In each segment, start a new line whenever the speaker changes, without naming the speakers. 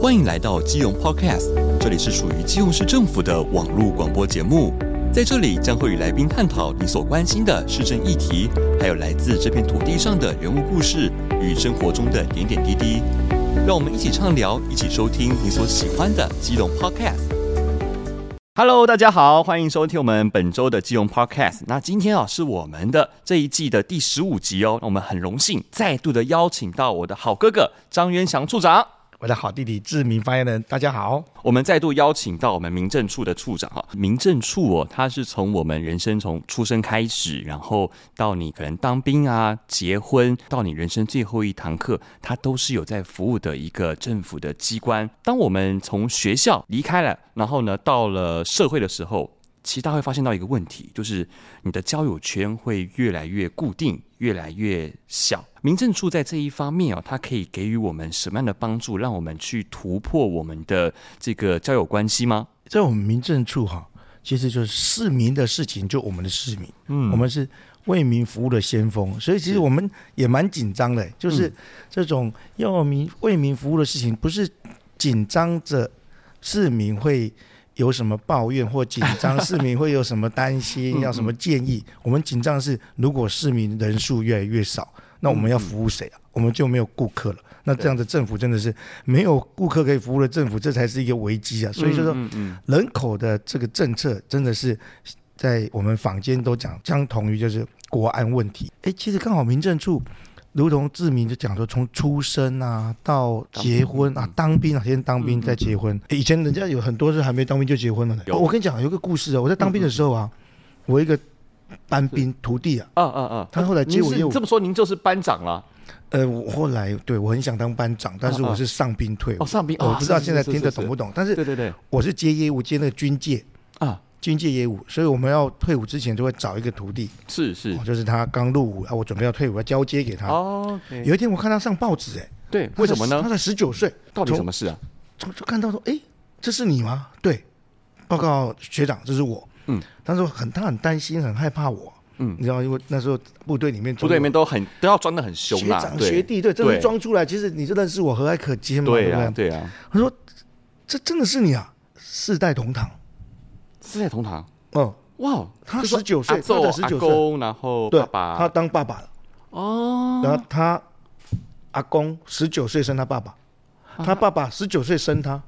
欢迎来到基隆 Podcast，这里是属于基隆市政府的网络广播节目。在这里将会与来宾探讨你所关心的市政议题，还有来自这片土地上的人物故事与生活中的点点滴滴。让我们一起畅聊，一起收听你所喜欢的基隆 Podcast。Hello，大家好，欢迎收听我们本周的基隆 Podcast。那今天啊，是我们的这一季的第十五集哦。那我们很荣幸再度的邀请到我的好哥哥张元祥处长。
我的好弟弟志明发言人，大家好。
我们再度邀请到我们民政处的处长哈，民政处哦，它是从我们人生从出生开始，然后到你可能当兵啊、结婚，到你人生最后一堂课，它都是有在服务的一个政府的机关。当我们从学校离开了，然后呢，到了社会的时候，其实大家会发现到一个问题，就是你的交友圈会越来越固定，越来越小。民政处在这一方面哦，它可以给予我们什么样的帮助，让我们去突破我们的这个交友关系吗？
在我们民政处哈，其实就是市民的事情，就我们的市民，
嗯
我们是为民服务的先锋，所以其
是
实我们也蛮紧张的，就是
嗯
这种要民为民服务的事情，不是紧张着市民会。有什么抱怨或紧张，市民会有什么担
嗯
心，要什么建议？我们紧张的是，如果市民人数越来越少，那
嗯
我们要服务谁啊？我们就没有顾客了。那这样的政府真的是没有顾客可以服务的政府，这才是一个危机啊！所以就说
嗯嗯
人口的这个政策真的是在我们坊间都讲相同于就是国安问题。哎，其实刚好民政处，如同志明就讲说，从出生啊到结
嗯
婚啊，当兵啊，先当兵再结婚。诶以前人家有很多是还没当兵就结婚了呢。
有
我跟你讲，有一个故事啊，我在当兵的时候啊，我一个班兵徒弟啊，
啊啊啊！
他后来接
您
我
是
业务
这，么说，您就是班长了
呃，我后来对我很想当班长，但是
啊啊
我是上兵退伍
哦，，上兵
我
啊！
不知道
是
现在听得懂？
是
不懂，但
是
是
是是对对对
我是接业务，接那个军界。
啊，
军界业务，所以我们要退伍之前就会找一个徒弟，
是是
哦就是他刚入伍啊，我准备要退伍，要交接给他。
哦，OK，
有一天我看他上报纸，哎，
对，
他
为什么
才他
呢？
才十九岁，
到底
从
什么事啊？
就就看到说，哎，这是你吗？对，报告学长，这是我。
嗯，
他说很他很担心，很害怕我。
嗯
你知道，因为那时候部队里面
部队里面都很都要装的很凶
学
啦，
长
对
学弟，对，真
对
的装出来，其实你就认识我，和蔼可亲嘛，
对
不
啊
对？
对啊，
他说这真的是你啊，世代同堂。
四代同堂，
哦，
哇，
他
就说
19岁
阿昼
他才19岁
阿公，然后
对
爸，爸，
他当爸爸了。
哦，
然后他阿公十九岁生他爸爸，
哦
他爸爸十九岁生他，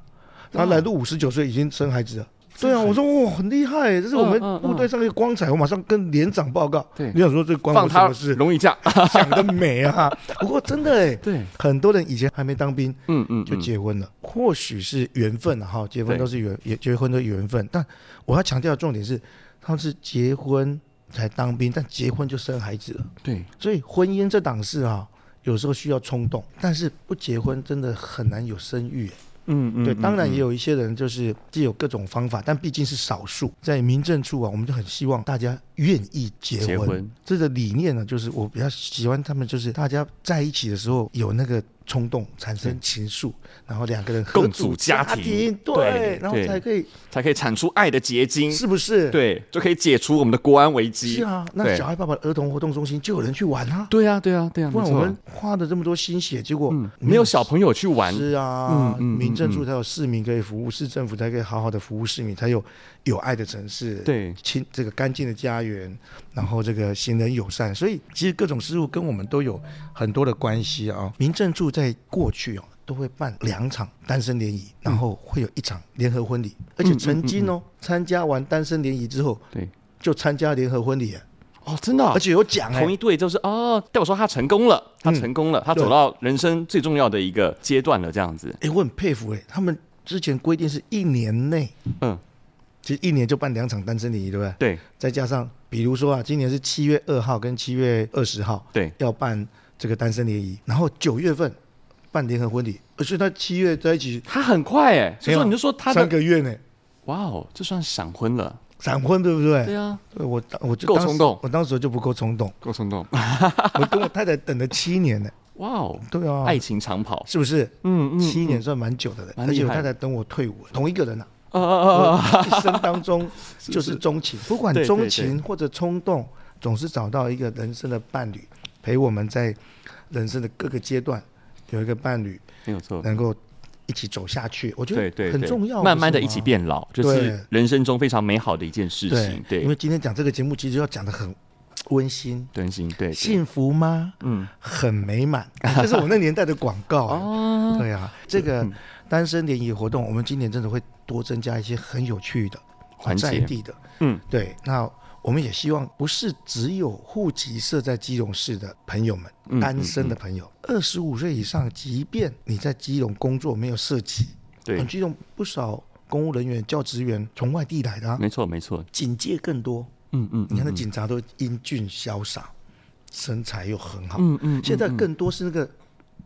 他来入伍十九岁已经生孩
哦
子了。对啊，我说哇，很厉害耶，这是我们
嗯嗯
部队上的一个光彩，我马上跟连长报告。
对
你想说这
嗯
关
放
我什
他
么事？
容易 这样，
想得美啊！不过真的哎，
对，
很多人以前还没当兵
嗯嗯，
就
嗯
结婚了，或许是缘分啊哈、结婚
对
都是缘，也结婚都是缘分。但我要强调的重点是，他们是结婚才当兵，但结婚就生孩子了。
对，
所以婚姻这档事啊，有时候需要冲动，但是不结婚真的很难有生育。啊
嗯嗯，
对，
嗯
当然也有一些人就是既有各种方法，但毕竟是少数。在民政处啊，我们就很希望大家愿意结婚。
结婚
这个理念呢，就是我比较喜欢他们，就是大家在一起的时候有那个冲动，产生情愫，然后两个人合
共组家
家
庭
对，
对
然后
对
才可以，
才可以产出爱的结晶，
是不是？，
对，就可以解除我们的国安危机。
是啊。那
对
小孩爸爸儿童活动中心就有人去玩啊。
对啊，对啊，对啊，
不然
没错
我们花了这么多心血，结果
嗯没有小朋友去玩，
是啊，
嗯嗯
民政处才有市民可以服务，市政府才可以好好的服务市民，才有有爱的城市，
对
清这个干净的家园，然后这个行人友善，所以其实各种事物跟我们都有很多的关系啊。民政处在过去哦。都会办两场单身联谊，然后会有一场联合婚礼，而且曾
嗯
经哦，参加完单身联谊之后，
对，
就参加联合婚礼，
哦，真的啊、
而且有奖哎
同，一队就是哦，代表说他成功了，他
嗯
成功了，他走
对
到人生最重要的一个阶段了，这样子，
哎，我很佩服哎，他们之前规定是一年内
嗯，
其实一年就办两场单身联谊，对不对？
对
再加上，比如说啊，今年是七月二号跟七月二十号
对，
要办这个单身联谊，然后九月份办联合婚礼，呃所以他七月在一起
他很快哎，所以说
没有啊
你就说他
三
的
个月呢，
哇哦，这算闪婚了，
闪婚对不对？
对啊，
对我当我就
够
当时
冲动
我当时就不够冲 动，
够冲动，
我跟我太太等了七年呢，
哇哦，
对啊，
爱情长跑，
是不是？
嗯嗯，
七年算蛮久的了，
蛮厉害
而且我太太等我退伍，同一个人啊，
啊啊啊啊，
我一生当 中就是钟情，不管
对对
钟
对
情或者冲动，总是找到一个人生的伴侣，陪我们在人生的各个阶段有一个伴侣，
没有错，
能够一起走下去，我觉
嗯对
得
对
哎很
对
重要，
慢慢的
不
一
是
起
吗
变老，这
对
是人生中非常美好的一件事情。
对，
对
因，为今天讲这个节目，其实要讲的很温馨，
真心对，对
幸福吗？
嗯，
很美满， 这是我那年代的广告、
哦
啊。对啊，这
嗯
个单身联谊活动，我们今年真的会多增加一些很有趣的、
环节
在地的。
嗯，
对。那我们也希望，不是只有户籍设在基隆市的朋友们，
嗯
单身的朋友，二十五岁以上，即便你在基隆工作没有涉及，我
对
们，基隆不少公务人员、教职员从外地来的、啊，
没错没错，
警戒更多。
嗯嗯，
你看那
嗯
警察都英俊潇洒，身材又很好。
嗯嗯，
现在
嗯嗯
更多是那个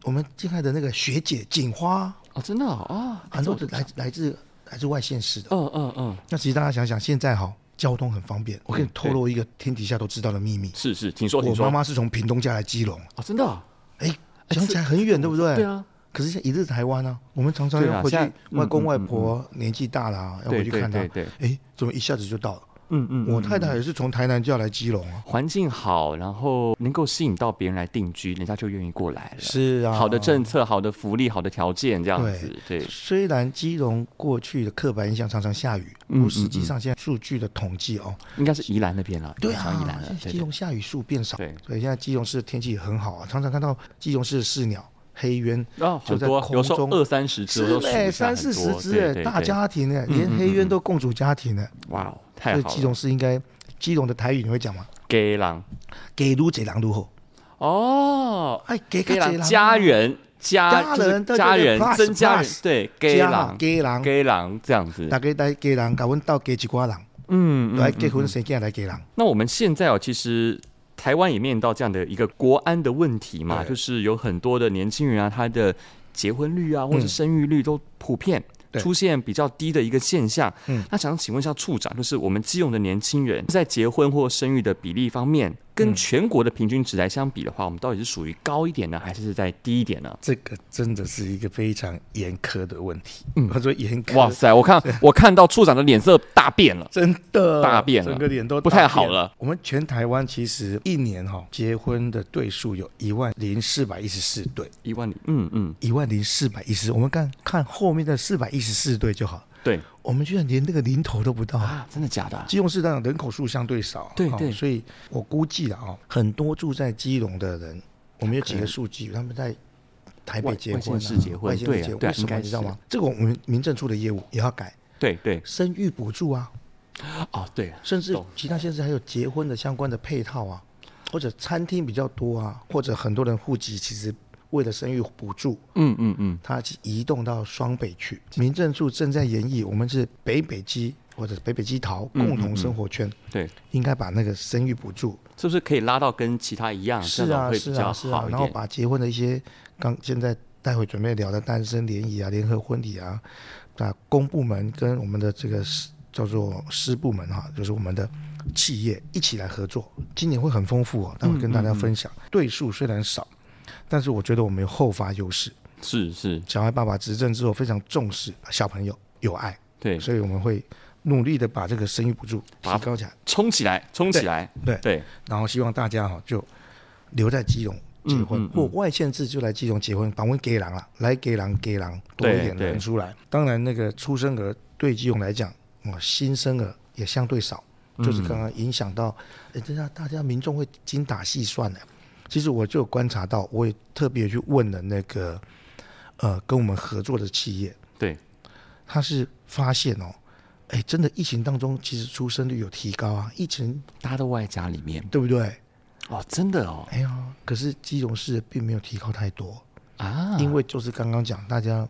我们近海的那个学姐警花，
哦，真的哦啊，
很多的来来自来自外县市的。
嗯嗯嗯，
那其实大家想想，现在哈交通很方便，我给你
嗯
透露一个天底下都知道的秘密。
是是，请说
我
请说，
妈妈是从屏东嫁来基隆，
哦，真的哦，
哎，想起来很远，对不对？
对。啊，
可是现在一日台湾啊，我们常常
对
要
啊
回去
现在，嗯
外公
嗯
外
嗯
婆年纪大了啊，要回去
对对
看她
对对。
哎，怎么一下子就到了？
嗯嗯，
我
嗯
太太也是从台南嫁来基隆啊。
环境好，然后能够吸引到别人来定居，人家就愿意过来了。
是啊，
好的政策、好的福利、好的条件，这样子，对，
虽然基隆过去的刻板印象常常下雨，
嗯
不过实际上现在数据的统计哦，
应该是宜兰那边了，
对
常宜
啊
兰，了
现，在
对
基
对
隆下雨数变少，
对
所以现在基隆市的天气也很好啊，常常看到基隆市的市鸟黑鸢，
哦，
就
很
在
多，有时候
空中
二三十只，
是
有时候数
嘞
一下
三
很
四十
多
只
对
哎，
对
大
对
家庭哎，
嗯
连
嗯
黑鸢
嗯
都共主家庭呢。
哇哦，
所
太
以
好
基
了
隆市应该，基隆的台语你会讲吗？
给狼
给撸贼狼如何？
哦，
哎，给
给
个贼
狼
狼啊
家人
家
家就是
人对对
家
对
人
plus，
增加
plus，
人对给狼
给狼，
给狼这样子，
大家来给 狼，甲阮斗给一寡人，
嗯，嗯
来
嗯
结婚生囝来给狼。
那我们现在哦，其实台湾也面临到这样的一个国安的问题嘛，
对
就是有很多的年轻人啊，他的结婚率啊，或者
嗯
生育率都普遍。
对
出现比较低的一个现象，
嗯
那想请问一下处长，就是我们基隆的年轻人在结婚或生育的比例方面，跟全国的平均值来相比的话，我们到底是属于高一点呢，还是在低一点 呢？
这个真的是一个非常严苛的问题。
嗯
我说严苛，
哇塞，我看我看到处长的脸色大变了，
真的
大变了
整个脸都
不
大变
太好。了。
我们全台湾其实一年哈、结婚的对数有一万零四百一十四对，
一万里，嗯嗯，
一万零四百一十，我们看看后面的四百一十四对就好。
对
我们居然连那个零头都不到。
啊，真的假的啊？
基隆市当然人口数相对少，
对
哦
对
所以我估计啊、哦，很多住在基隆的人，我们有几个数据，他们在台北
外
结
外
婚、啊，
县市结婚
外县
对啊
市结婚，
对啊
为什
应该
么你知道
是
吗？这个我们民政处的业务也要改，
对对，
生育补助啊，
哦对，
甚至
懂
其他县市还有结婚的相关的配套啊，或者餐厅比较多啊，或者很多人户籍其实为了生育补助，
嗯嗯嗯，
它移动到双北去。民政处正在研议，我们是北北基或者北北基桃
嗯
共同生活圈，
对，
应该把那个生育补助
是不是可以拉到跟其他一样，这
是
样
啊
会
是
比
啊
较
是啊
好，一
然后
点？
把结婚的一些刚现在待会准备聊的单身联谊啊、联合婚礼啊，啊，公部门跟我们的这个私叫做私部门哈、就是我们的企业一起来合作，今年会很丰富哦，待会跟大家分
嗯
享。对数虽然少，但是我觉得我们有后发优势。
是是，
小孩爸爸执政之后非常重视小朋友有爱，
对，
所以我们会努力的把这个生育补助提
把它
高起来，
冲起来，冲起
对
来，
对
对，
然后希望大家哈就留在基隆结
嗯
婚，
嗯嗯
或外县市就来基隆结婚，访问给郎啦，来给郎给郎多一点
对
人
对
出来。当然，那个出生儿对基隆来讲，哇，新生儿也相对少，
嗯
就是刚刚影响到，哎、这下大家民众会精打细算的。其实我就有观察到，我也特别去问了那个呃跟我们合作的企业，
对，
他是发现哦，哎，真的疫情当中其实出生率有提高啊，疫情
大家都窝在家里面，
对不对？
哦，真的哦
哎呀，可是基隆市并没有提高太多，
啊，
因为就是刚刚讲，大家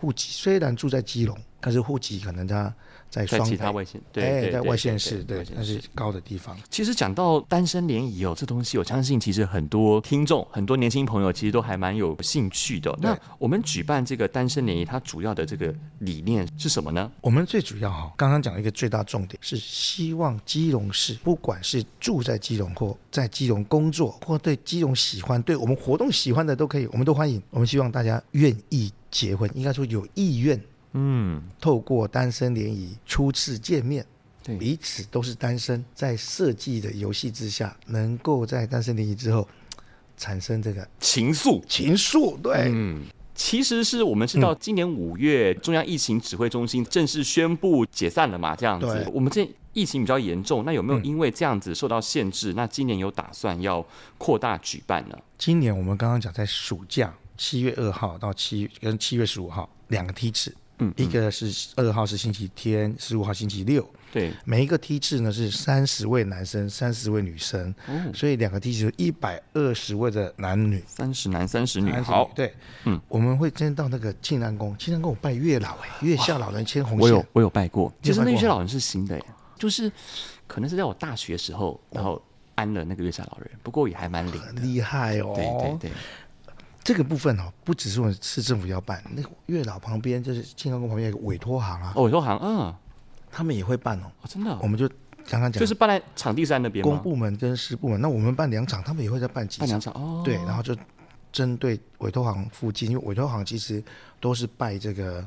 户籍虽然住在基隆，但是户籍可能他在
在
双
其
北，
他外县，对，
哎，
对对
在外
对
县
对
市，对
外，县
那
市
是高的地方。
其实讲到单身联谊哦，这东西我相信其实很多听众、很多年轻朋友其实都还蛮有兴趣的哦。那
对
我们举办这个单身联谊，它主要的这个理念是什么呢？
我们最主要哈，刚刚讲一个最大重点是希望基隆市，不管是住在基隆或在基隆工作，或对基隆喜欢，对我们活动喜欢的都可以，我们都欢迎。我们希望大家愿意结婚，应该说有意愿，
嗯，
透过单身联谊初次见面。
对，
彼此都是单身，在设计的游戏之下，能够在单身联谊之后嘖产生这个
情愫，
情愫，对，
嗯，其实是我们是
嗯
到今年五月，中央疫情指挥中心正式宣布解散了嘛，这样子
对。
我们这疫情比较严重，那有没有
嗯
因为这样子受到限制？那今年有打算要扩大举办呢？
今年我们刚刚讲在暑假，七月二号到七跟七月十五号两个梯次，
嗯
一个是二号是星期天，十五号星期六，
对，
每一个梯次呢是三十位男生，三十位女生，
哦，
所以两个梯次一百二十位的男女。
三十男三十女，
男
好，
对，
嗯，
我们会真到那个庆安宫，庆安宫我拜月老哎、月下老人牵红
我有
线，
我有拜过，
你
其
有
实那
拜
月
过
下老人是新的耶，就是可能是在我大学时候，然后安了那个月下老人，不过也还蛮灵
很
的。
厉害哦。
对对对，
这个部分哦，不只是我们市政府要办，那个月老旁边就是庆安宫旁边有个委托行啊，
哦，我说好像嗯，哦
他们也会办哦。
真的哦
我，们就刚刚讲，
就是办在场地山那边
公
吗？
部门跟私部门，那我们办两场，他们也会再办几
办
场
两，场哦，
对，然后就针对委托行附近，因为委托行其实都是拜这个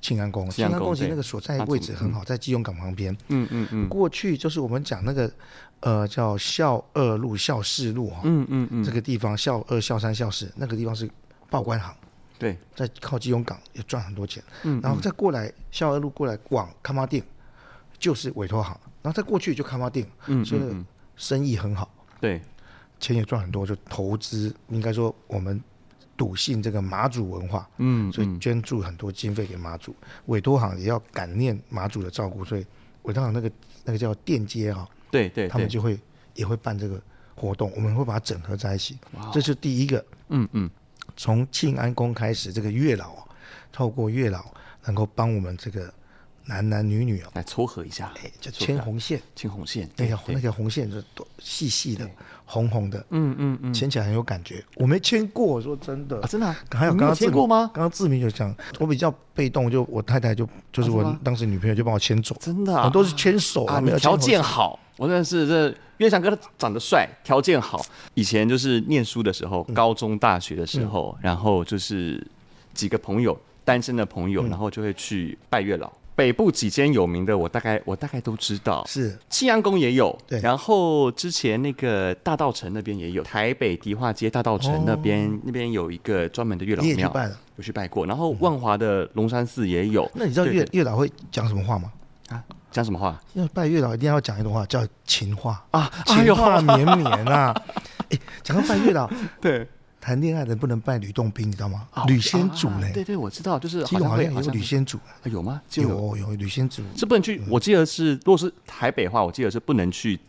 庆安宫，
庆
庆
安宫
安宫其实
对
那个所在位置很好，在基隆港旁边。
嗯嗯嗯
过去就是我们讲那个呃叫孝二路、孝四路哈、
嗯嗯嗯，
这个地方孝二、孝三、孝四，那个地方是报关行。
对，
在靠基隆港也赚很多钱，
嗯
然后再过来孝二路过来往康巴店，就是委托行，然后再过去就康巴店，
嗯
所
嗯
以生意很好，
对，
钱也赚很多，就投资应该说我们笃信这个马祖文化，
嗯
所以捐助很多经费给马祖，委托行也要感念马祖的照顾，所以委托行那个那个叫店街哈、
对对
他们
对，
就会也会办这个活动，我们会把它整合在一起
哇哦，
这是第一个。
嗯嗯
从庆安宫开始，这个月老啊透过月老能够帮我们这个男男女女哦，
来撮合一下，
哎，就
撮合
牵红线，
牵红线，
那
对
条那条红线就多细细的、红红的，
嗯嗯嗯，
牵起来很有感觉。我没牵过，我说真的
啊，。真的啊，
还有
你没有
刚刚
牵
志
过
明
吗？
刚刚志明就讲，我比较被动，就我太太就就是
啊真的吗
我当时女朋友就帮我牵走，
真的啊
我都是牵手
啊，
没
你
有牵
条
红线
件好，我真的是这月翔哥长得帅，条件好。以前就是念书的时候，高中、大学的时候，然后就是几个朋友，单身的朋友，然后就会去拜月老。北部几间有名的，我大概我大概都知道，
是
庆阳宫也有，
对
然后之前那个大道城那边也有，台北迪化街大道城那边、那边有一个专门的月老
哦你也去
庙，
拜了。
我去拜过，然后万华的龙山寺也有。
那你知道
对
月
对
月老会讲什么话吗？
啊讲什么话？
要拜月老一定要讲一段话，叫情话
啊哎呦
情话绵绵啊！ 哎，讲到拜月老，
对，
谈恋爱的不能拜吕洞宾，你知道吗
啊？
吕仙主呢
啊？对对，我知道，就是
基
好
隆
像
好
会
像有
像
吕仙主，
会啊有吗？基隆有，
有有嗯吕仙主。
这不能去。我记得是，如果是台北话，我记得是不能去呃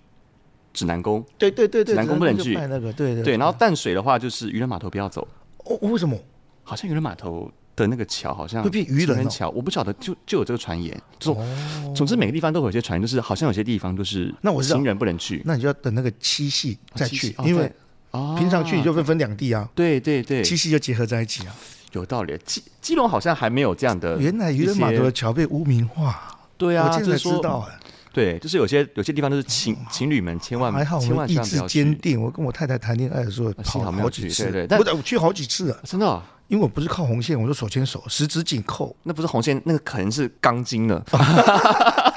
指南宫。
对对对
对指南宫不能去
就拜那个，对对
对，然后淡水的话就是渔人码头不要走，
哦，为什么？
好像渔人码头的那个桥好像
会变渔人哦
情人桥，我不晓得，就就有这个传言。总
哦，
总之每个地方都有一些传言，就是好像有些地方就是
那我知道
行人不能去，
那你就要等那个七夕再去，
哦
因为
哦
平常去你就分分两地啊，
对对对，
七夕就结合在一起啊。
有道理。基基隆好像还没有这样的一些，
原来渔人码头的桥被污名化，
对
我
啊，
现
就
在才
是
知
说
道哎。
对，就是有些有些地方就是情情侣们千万
还好我
嗯千万
们
千
意
万不
志
要去哦
坚定，我跟我太太谈恋爱的时候
啊幸
跑
好
了
没有
好
去
几次，
对对但
不对，我去好几次了，
真的哦、
因为我不是靠红线，我是手牵手，十指紧 扣，
那不是红线，那个可能是钢筋了。
啊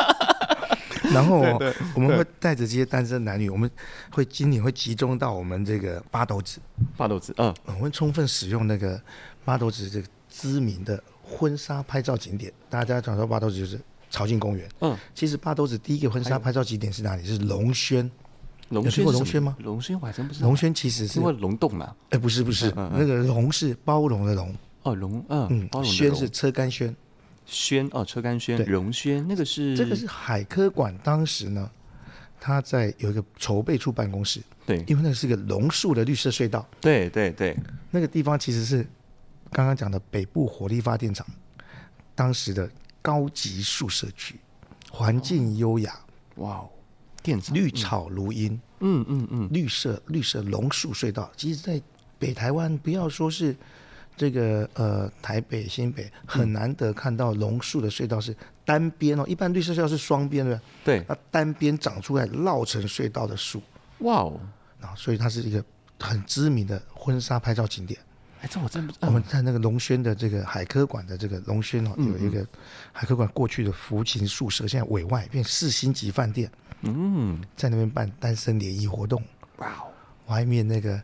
然后
对对
我们会带着这些单身男女，我们会今年会集中到我们这个八斗子，
发豆子，嗯，
我们会充分使用那个八斗子这个知名的婚纱拍照景点。大家讲说八斗子就是朝境公园，
嗯，
其实八斗子第一个婚纱拍照景点是哪里？是龙轩。
龙
有
轩
听过
是
龙
什
轩
么
吗
龙轩我还真不知道，
龙轩其实是
因，为嗯龙洞啦。
哎，不是不是，那个龙是包容的龙，
哦，龙，嗯
嗯，，
包容的
轩
龙
是车干轩，
轩，哦，车干轩，
对
龙轩，那个是
这个是海科馆当时呢，他在有一个筹备处办公室，
对
因为那是一个龙树的绿色隧道。
对对对，
那个地方其实是刚刚讲的北部火力发电厂当时的高级宿舍区，环境优雅，
哇哦，电厂，
绿草如茵，
嗯嗯嗯，
绿色绿色龙树隧道。其实，在北台湾，不要说是这个呃台北、新北，很难得看到龙树的隧道是单边哦，一般绿色隧道是双边的，
对，
它单边长出来绕成隧道的树，
哇哦，
然后所以它是一个很知名的婚纱拍照景点。
哎，这我真不知道
我。们在那个龙轩的这个海科馆的这个龙轩哦，
嗯
有一个海科馆过去的福琴宿舍，现在委外变四星级饭店，
嗯，
在那边办单身联谊活动。
哇哦，
我还面那个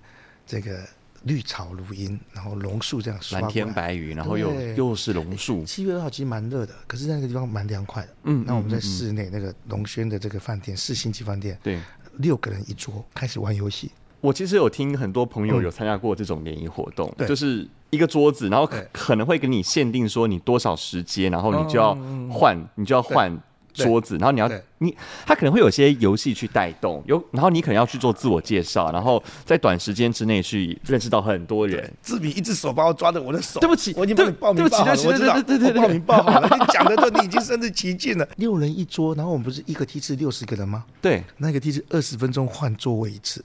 这个绿草如茵，然后榕树这样刷
蓝
过
天
来。
白云，然后又
对
又是榕树，
七月二号其实蛮热的，可是那个地方蛮凉快的。
嗯
那我们
嗯
在
嗯
室内那个龙轩的这个饭店，四星级饭店，
对。
六个人一桌开始玩游戏。
我其实有听很多朋友
嗯
有参加过这种联谊活动，
对
就是一个桌子，然后可
对
可能会给你限定说你多少时间，然后你就要
嗯嗯嗯
换，你就要换
对
桌子，然后你要
对
你他可能会有些游戏去带动，有然后你可能要去做自我介绍，然后在短时间之内去认识到很多人。
志敏一只手把我抓着我的手，
对不起
我已经帮你
对
报名
对不
报
起
好
对不
了，我
起
知道，
对对对对对
我报名报好了，你讲的都你已经身临其境 了。六人一桌，然后我们不是一个梯次六十个人吗？
对，
那个梯次二十分钟换座位一次。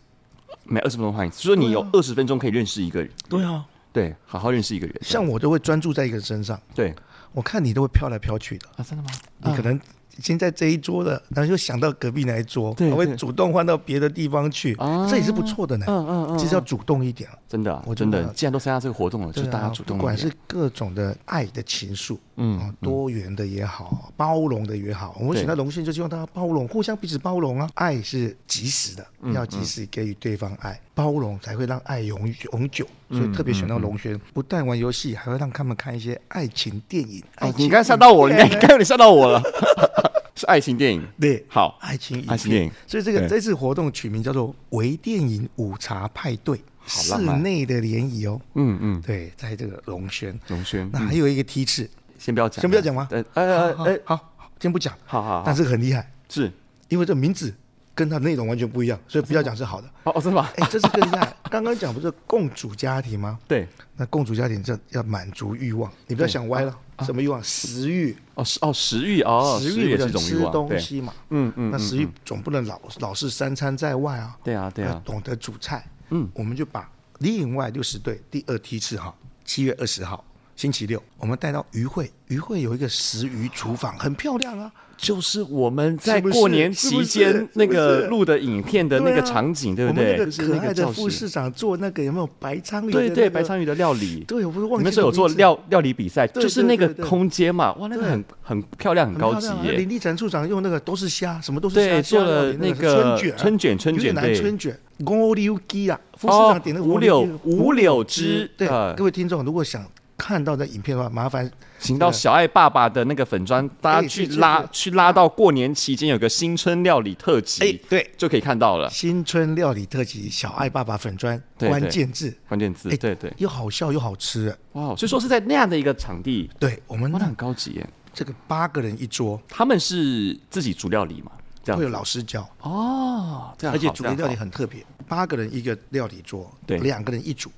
每二十分钟换一次，所以你
嗯
有二十分钟可以认识一个人，
对啊，
对，好好认识一个人。
像我都会专注在一个人身上，
对
我看你都会飘来飘去的，
啊，真的吗？
你可能。已经在这一桌了，然后又想到隔壁那一桌，
对
还会
对
主动换到别的地方去，
啊
这也是不错的呢。
嗯嗯嗯
其实要主动一点，
真的啊，
我觉
真
得
的，既然都参加这个活动了，就
对
大家
啊
主动一点，
不管是各种的爱的情愫，
嗯
嗯，多元的也好，包容的也好，我们
对
选到龙轩就希望大家包容，互相彼此包容啊。爱是及时的，
嗯
要及时给予对方爱，包容才会让爱永永久。所
嗯
以特别选到龙轩，不但玩游戏，还会让他们看一些爱情电影。爱
哦，
情
你刚才吓到我了，
影
你
片
刚刚有点吓到我了， 是爱情电影。
对，
好
爱情影片
爱情电影
所以这个
对
这次活动取名叫做“微电影午茶派对”，
好
室
浪漫
内的联谊哦。
嗯嗯，
对，在这个龙轩，
龙轩，
那还有一个梯次。
先不要嗯讲，
先不要讲吗
呃呃
好
呃，
好，好先不讲，
好好好
但，是很厉害，
是
因为这名字跟它内容完全不一样，所以不要讲是好的。
哦哦，真的吗？
哎，这是更厉害。刚刚讲不是共主家庭吗？
对，
那共主家庭这要满足欲望，你不要想歪了，
啊
什么欲望？食欲，
哦是哦，食欲哦，食
欲
也
不
是一
能
种欲
吃
望，
东
对，
西嘛。
嗯嗯
那食欲总不能老老是三餐在外啊。
对啊对
要
啊，
懂得煮菜。嗯，我们就把另外六十队第二梯次哈，七月二十号星期六，我们带到渔会，渔会有一个食鱼厨房，很漂亮啊。
就是我们在
是不是
过年
是不
期
是
间那
是不
个
是
录的影片的那
对
个
啊
场景，嗯对不
我
对？
们
就
那
是
个可
那
爱
个
的
教
副
室，
市长做那个有没有白鲳鱼？
对对，白
鲳。
鲳鱼的料理，
对，我不是忘
你
记
们是有做
名字
料料理比赛，
对
就是那个
对对对
空间嘛，哇，那个
对
很很漂亮，很高级
漂亮啊
耶
林。立成处长用那个都是虾，什么都是虾，
对，
虾
做了
料理
那
个
个
春卷，啊
春卷，春
越
卷
南
对，
春卷，五柳鸡啊，副市
哦，
长点的
五柳五柳枝，
对，
呃
各位听众如果想看到那影片的话，麻烦
请到小爱爸爸的那个粉砖，大家去
哎去
拉
去
去拉到过年期间有个新春料理特
哎
辑，
对
就可以看到了
新春料理特辑小爱爸爸粉砖
对对
关键字，
关键字，
哎
对对，
又好笑又好吃。
哇，所以说是在那样的一个场地，
对我们
哇，那
那
很高级耶。
这个八个人一桌，
他们是自己煮料理嘛？这样
会有
子
老师教，
哦，这样
而且
好这
煮的
样
料理
好
很特别，八个人一个料理桌，
对
两个人一组，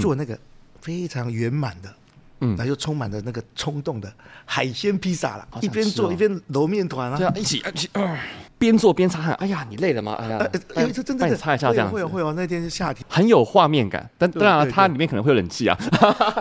做那个非常圆满的。
嗯
然后又充满了那个冲动的海鲜披萨啦，
好
一
想
边做
吃哦
一边揉面团
这
啊，
样一起一起，啊边做边擦汗。哎呀，你累了吗？哎呀，
因为这真的
帮你擦一下
会
这
有
样
会有哦
子。
会有，那天 是夏天，
很有画面感，但
对
当然啊
对
它
对
里面可能会有冷气 啊，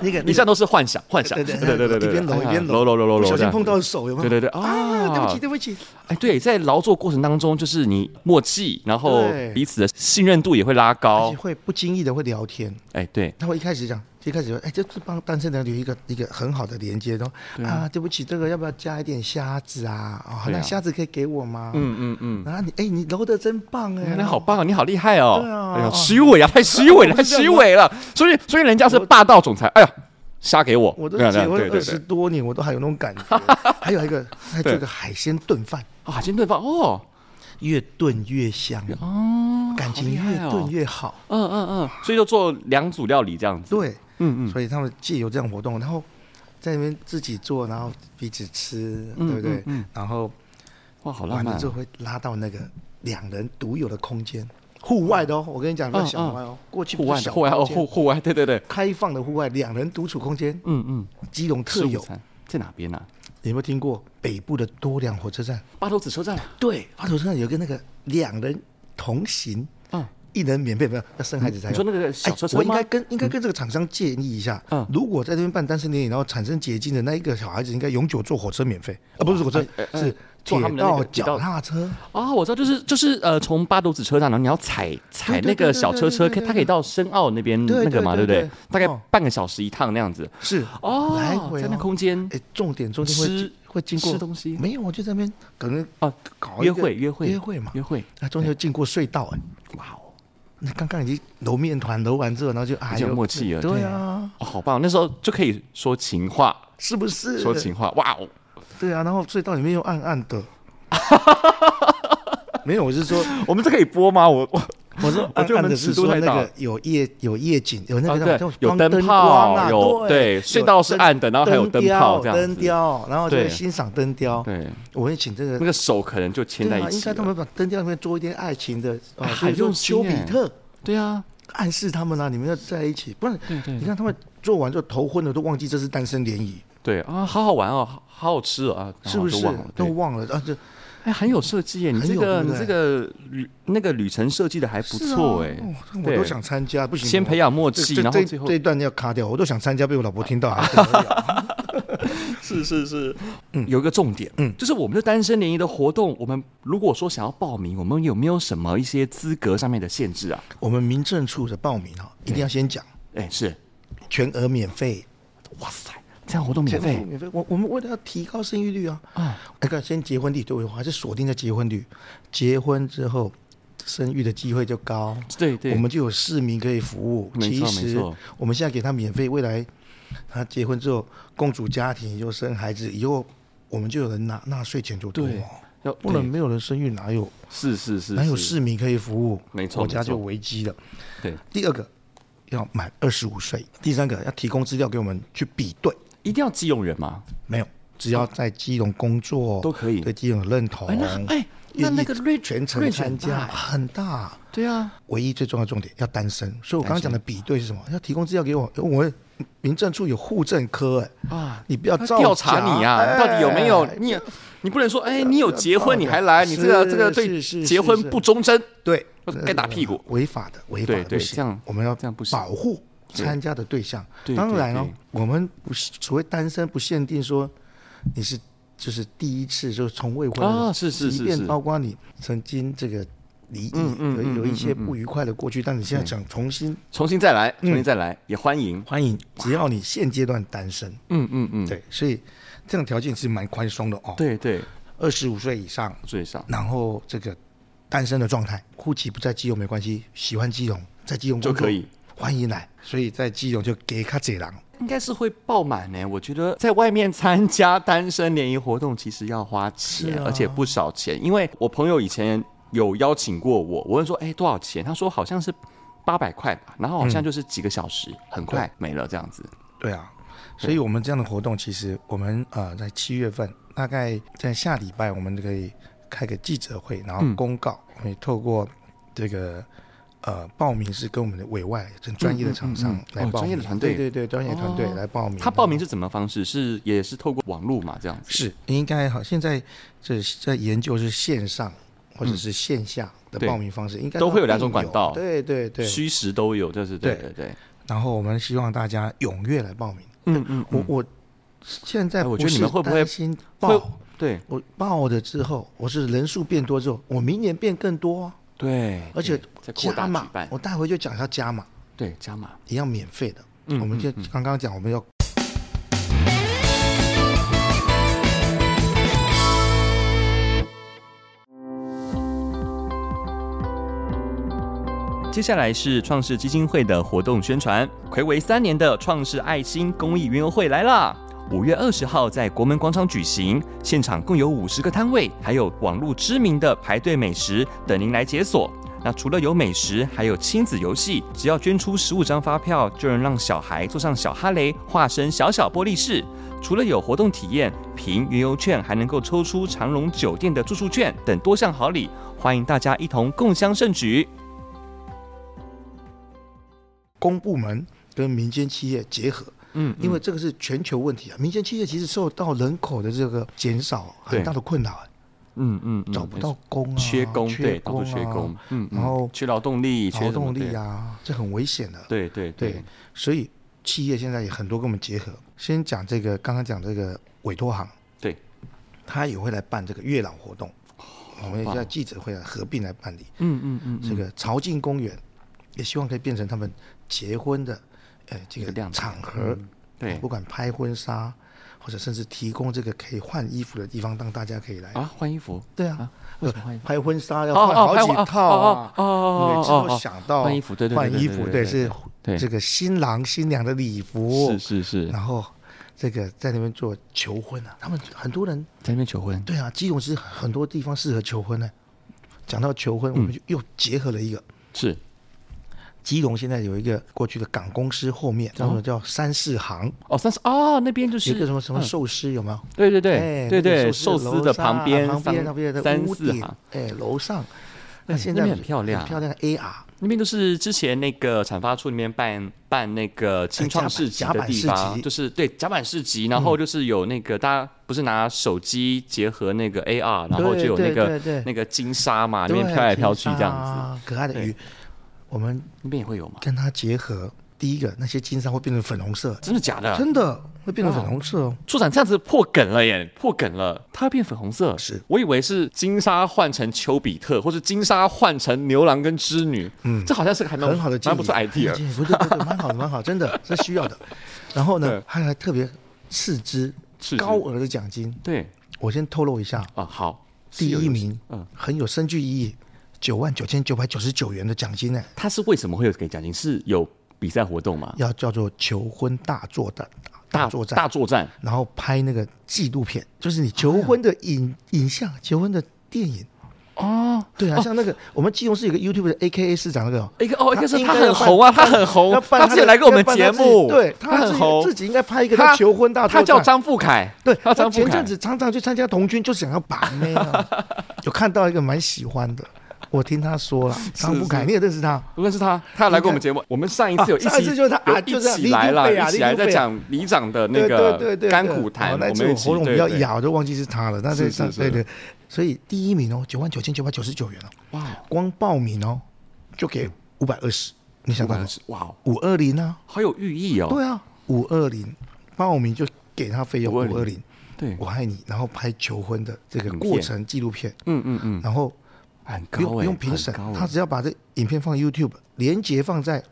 那个
以上都是幻想，幻想，
对
对
对
对对对，
一边揉
哎呀
一边
揉揉揉揉揉，
不小
这
心
样
碰
子
到手有没有？
对对对
啊，对不
啊
起对不起，
哎，对，在劳作过程当中，就是你默契，然后
对
彼此的信任度也会拉
而
高
且。会不经意的会聊天，
哎，对，
他会一开始讲，一开始说，哎，这是帮单身男女一个一个很好的连接，然后啊对不起，这个要不要加一点虾子啊？哦，
对啊
那虾子可以给我吗？
嗯嗯嗯，
然后你，哎，你揉的真棒哎，
那好棒哦，你好厉害哦！
对啊
哎呦，虚伪啊，太虚 伪了，太虚伪了。所以，所以人家是霸道总裁。哎呀，杀给我！
我都
对啊对啊
结婚
对
二
对
十
对
多年，我都还有那种 感觉。还有一个，还做一个海鲜炖饭，
啊，海鲜炖饭哦，
越炖越香，
哦，
感情
好厉
越
害哦
炖越好。
嗯嗯嗯，所以就做两组料理这样子。
对，
嗯嗯，
所以他们借由这样活动，然后在那边自己做，然后彼此吃，
嗯
对不对
嗯嗯？
然后
哇，好浪
完了
漫
之
哦！
后会拉到那个两人独有的空间，户外的哦。我跟你讲，不是小户外哦，过去
户
不
外
是
的嗯
小
户外哦，
空间
户户外，对对对，
开放的户外，两人独处空间，
嗯嗯，
基隆特
吃午
有。
餐在哪边
啊
呢？
你有没有听过北部的多良火车站？
八头子车站啊
对，发头车站有一个那个两人同行，
嗯，
一人免费，不要要生孩子才有。
你说那个小车
哎
车
我应
吗
该跟应该跟这个厂商建议一下，
嗯
如果在这边办单身联谊，然后产生结晶的那一个小孩子，应该永久坐火车免费，啊，不是火车，
哎哎哎
是
坐
铁
他们的那
道
个铁道
脚踏车。
哦，我知道，就是就是呃，从八斗子车站，然后你要踩踩那个小车车，
对对对对对
可
对
它可以到深澳那边
对对
那个嘛，对
对
不对
对？
大概
哦
半个小时一趟那样子。
是
哦，
来回
在那
哦
空间
哎，重点中间会
吃
经会经过
吃东西
没有，我就在那边可能啊
哦，
搞一
约
个
会约会
约会嘛，
约会，
那中间经过隧道哎，
哇哦，
那刚刚已经揉面团揉完之后，然后就哎
已经有
呦，
默契了。
对啊，
哦，好棒！那时候就可以说情话，
是不是？
说情话，哇哦！
对啊，然后隧道里面又暗 暗的。没有，我是说，
我们这可以播吗？我我
我说
我
暗
觉得我
暗
们
啊的
尺
是
度
说
太
那
大
个有夜有夜景，有那
啊
个叫什么
对，有
光灯光
泡，
啊，
有对，隧道是暗的，然后还有灯泡
雕，
这样
灯
子。
雕，然后就
对
会欣赏灯雕。
对，
我会请这个
那个手可能就牵
对
在
啊，
一
应
起
该他
了。
们把灯雕里面做一点爱情的，啊
啊，
所以
很
说
用心
丘比
欸
特
对啊，
暗示他们啊，你们要在一起，不然
对对
你看他们做完之后头昏了，都忘记这是单身联谊，
对啊，好好玩哦，好好好吃哦啊，然
是
后
不
就是忘了？
都
对
忘了啊？这
哎，很有设计耶！你
很
这
有
个
对不
你
对
这个旅那个旅程设计的还不错哎
是啊，哦我
对
都想参加，不行，哦
先培
养
养默契，然后
这
最后
这一段要卡掉，我都想参加，被我老婆听到啊 还得了
是是是，有一个重点，嗯，就是我们的单身联谊的活动，我们如果说想要报名，我们有没有什么一些资格上面的限制啊？
我们民政处的报名哈，一定要先讲，
哎，是，
全额免费，
哇塞，这样活动免费
免费。我我们为了要提高生育率啊，
啊，
那个先结婚率对我还是锁定在结婚率，结婚之后生育的机会就高，
对对，
我们就有市民可以服务。
没
其
错没
实
错
我们现在给他免费，未来他结婚之后，公主家庭又生孩子，以后我们就有人拿纳税钱就多、
对要
不能
对
没有人生育，哪有
是是是，
哪有
是
市民可以服务？
没错
国家
没错
就危机了。
对，
第二个要满二十五岁，第三个要提供资料给我们去比对，
一定要基隆人吗？
没有，只要在基隆工作
都可以
对基隆有认同。
哎，那哎，那
愿意
那个瑞
全程
瑞
参加很大，
对啊，
唯一最重要的重点要单身。所以我刚刚讲的比对是什么？要提供资料给我，我们民政处有户政科，哎
啊
你不要
他
造
调查你啊，
假
到底有没有
哎
你？你不能说，哎，你有结婚你还来，你这个
是
这个对
是是
结婚
是是
不忠贞，
对
呃
呃
该打屁股
违法的，违法
对
的
对
不行
这样
我们要
这样不行
保护参加的对象。
对对
当然哦
对，
我们不是所谓单身不限定说你是就是第一次就是从未婚
啊
的
是是是
即
是
便包括你曾经这个离异
嗯嗯嗯
有有一些
嗯嗯
不愉快的过去，但你现在想重新
重新再来，
嗯
重新再来，也欢迎。
欢迎，只要你现阶段单身，
嗯嗯嗯，
对，所以这种条件是蛮宽松的哦。，
对对，
二十五岁以上，
最上
然后这个单身的状态，户籍不在基隆没关系，喜欢基隆，在基隆
就
工作
可以，
欢迎来。所以在基隆就给卡这狼，
应该是会爆满呢。我觉得在外面参加单身联谊活动，其实要花钱，
是啊
而且不少钱。因为我朋友以前有邀请过我，我问说，哎、多少钱？他说好像是八百块吧，然后好
嗯
像就是几个小时，很快没了这样子。
对啊，
嗯
所以我们这样的活动，其实我们呃在七月份，大概在下礼拜，我们就可以开个记者会，然后
嗯
公告，我们也透过这个呃报名是跟我们的委外很专业的厂
嗯
商
嗯嗯
来
哦
报名，
专业的团队哦
对对对，专业团队来报名。
他报名是怎么方式？是也是透过网络嘛，这样子。
是应该好，现在这在研究是线上或者是线下
嗯
的
对
报名方式，应该
都会有两
并
种管道
对对对。
虚实都有，就是对
对
对对，
然后我们希望大家踊跃来报名。
嗯嗯，
我我现在
哎我
不
觉得你
是
们会不会
担心
会
报？
对
我报了之后，我是人数变多之后，我明年变更多啊，
对，
而且
对再扩
加
大举
码
办。，
我待会就讲一下加码，
对加码，
一样免费的。
嗯
我们就刚刚讲，我们要
接下来是创世基金会的活动宣传，暌违三年的创世爱心公益云游会来啦！五月二十号在国门广场举行，现场共有五十个摊位，还有网络知名的排队美食等您来解锁。那除了有美食，还有亲子游戏，只要捐出十五张发票，就能让小孩坐上小哈雷，化身小小玻璃室。除了有活动体验，凭云游券还能够抽出长荣酒店的住宿券等多项好礼，欢迎大家一同共襄盛举。
公部门跟民间企业结合，
嗯
因为这个是全球问题啊。民间企业其实受到人口的这个减少很大的困扰啊，
嗯嗯，嗯
找不到工啊，
缺工，
缺
对，到处缺工
啊，，
嗯，嗯
然后
缺劳动力，缺
劳
什么
动力，啊，这很危险的。
对对对
对，所以企业现在也很多跟我们结合。先讲这个，刚刚讲这个委托行，
对，
他也会来办这个月老活动，
哦
我们
棒
也在记者会啊合并来办理。
嗯嗯嗯，
这个潮境公园也希望可以变成他们结婚的，呃，这
一个
个
亮点嗯
场合，
对
不管拍婚纱或者甚至提供这个可以换衣服的地方，让大家可以来。
啊，换衣服，
对
啊
啊，
为什么换衣服？
拍婚哎纱要
哦
换
哦，
好
拍
几套啊，
哦哦哦
每
哦
次
哦
都
哦，
想到
换衣服，对对，
换衣服，
对
是
对
这个新郎新娘的礼服
是，是是，
然后这个在那边做求婚啊，他们很多人
在那边求婚，
对啊，基隆是很多地方适合求婚呢。讲到求婚，我
嗯
们就又结合了一个。
是
基隆现在有一个过去的港公司后面，他们叫三四行，
哦，三十哦，那边就
有一
哦是
个什么什么寿司有没有？
对对对
哎
对
那
对，
个
寿
楼
司的
上啊
旁边
旁边那边的
三三
屋
四
顶
行，，
哎，楼上。那
哎
现
那
在
边很漂亮
很漂亮 AR
那边就是之前那个产发处里面办办那个清创市集的地
哎甲板甲板市
方，
集
就是对甲板市集，然后就是有那个、大家不是拿手机结合那个 AR，然后就有那个
对对对对
那个金沙嘛，那
对，
边飘来飘去这样子，
子，可爱的
对
鱼，我们
那边也会有吗？
跟它结合。第一个，那些金沙会变成粉红色，
真的假的？
真的会变成粉红色哦。
处长这样子破梗了耶，破梗了，它变粉红色，
是
我以为是金沙换成丘比特，或者金沙换成牛郎跟织女，嗯，这好像是个还蛮
很好的建
蛮
议，
不错的 idea，
建议不对不对，蛮好的，蛮好，真的是需要的。然 后
对
呢，他还特别斥资
斥资
高额的奖金，
对
我先透露一下，
啊，好，
第
是
一
有
名，
嗯
很有深具意义，九万九千九百九十九元的奖金呢，
他是为什么会有给奖金？是有比赛活动吗？
要叫做求婚大作战，作战，
嗯大哦作战，
然后拍那个纪录片，就是你求婚的影影像，求婚的电影。
哦，
对啊，像那个我们基隆市有个 YouTube 的 AKA 市长那个哦，
一个哦，一个是
应
他很
该要办
红啊，他很红
要，办
他之前来过我们
要办
节
他自己
目，
对
他
自
很
己
红
自，己应该拍一个叫求婚大作
他
战。
叫张富凯，
对，
他
他
叫张富
前
凯
阵，子常常去参加童军，就想要把 妹啊，有看到一个蛮喜欢的，我听他说了，张富凯，你也认识他？
不认识他，他有来过我们节目，我们上一次有一起，
啊上一次就是他啊
有
就是
一
啊
起来
李
了，
杜贝啊
一起来
李杜
在
贝啊
讲里长的那
对对对
个
对，
甘苦
哦
谈，
那
我
次
们一起
喉咙比较，
对对
哑，我就忘记是他了。但
是
是
是是
对对，所以第一名哦，九万九千九百九十九元哦，
哇，
光报名哦就给五百二十，你想
五
到
百二？
吗
十，哇，
五二零啊，
好有寓意哦，
对啊，五二零报名就给他费用
520
五二零，
对，
我爱你，然后拍求婚的这个
影片
过程纪录片，
嗯嗯嗯，
然后
很
不
高
用
哎，
不用评审
很高，哎
他只要把这影片放 YouTube，连接放在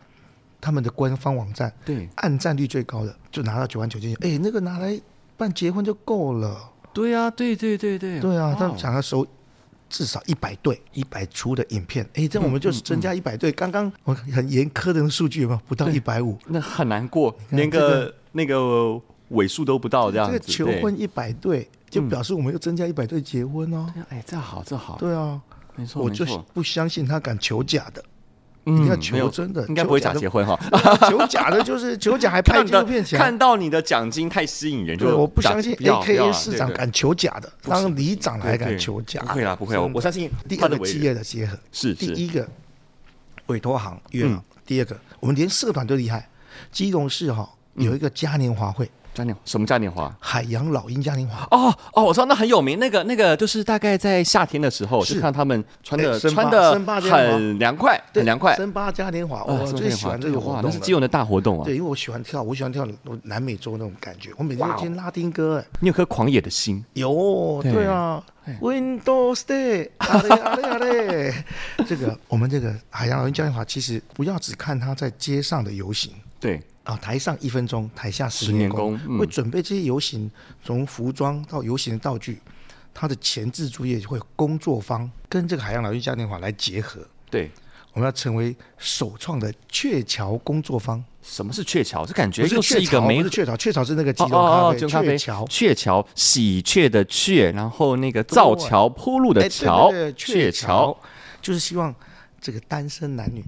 他们的官方网站，
对
按赞率最高的就拿到九万九千九，哎，那个拿来办结婚就够了。
对啊，哦对对对对，
对啊，他
哇
们想要收至少一百对一百出的影片，哎，这样我
嗯
们就增加一百对。刚刚我很严苛的数据有没有？不到一百五，
那很难过，
看
连
这
个那个尾数都不到这样
这
子。
个求
对嗯
婚一百对，就表示我们又增加一百对结婚哦。
对啊哎，这好，这好，
对啊，
没错，
我
没
就
错
不相信他敢求假的。
嗯，
定要
没有
求真的
应该不会
求假
假
的
结婚 哈。
求假的就是求假，还
看
拍
到你
纪录
的
片起来
看。到你的奖金太吸引人，
对，
就
我不
假
相信
要
A
不
K
要啊
A 市
对
长
对
敢求假的，
行
当里长
对
还敢
对
求假，
不会啦，不会啦，我我相信
第
他
二
的
个
为
企
人
业的结合
是嗯
第
是
一个委托行约了，第二个我们连社团都厉害。基隆市哈、
嗯
有一个嘉年华会，
嘉年华什么嘉年华？
海洋老鹰嘉年华，
哦哦，我知道那很有名，那个那个就是大概在夏天的时候，就是看到他们穿的
哎森巴
穿的
森巴嘉年华
很凉快，很凉快。
森巴嘉年华，
啊
我
森巴
最
嘉年
喜
华
欢这个活
哇
动
那
了。
是基隆的大活动啊
对，！因为我喜欢跳，我喜欢跳南美洲那种感觉。我每天
哇哦
都听拉丁歌，哎，
你有颗狂野的心，
有，
对
对啊
对
，Windows Day，啊嘞啊嘞啊嘞， 这个我们这个海洋老鹰嘉年华，其实不要只看它在街上的游行
对，
啊，台上一分钟，台下
十
十
年
年功，
功嗯
会准备这些游行，从服装到游行的道具，它的前置作业会有工作方跟这个海洋老鹰嘉年华来结合，
对，
我们要成为首创的鹊桥工作方，
什么是鹊桥？这感觉
不是
又
鹊
一个
桥，
没
不是鹊桥，鹊桥是那个鸡
哦
肉
哦哦，
咖
金
啡，
融咖啡
鹊桥。
鹊桥，喜鹊的鹊，然后那个造桥铺路的
哎对
桥
对对，
鹊
鹊
桥，
就是希望这个单身男女，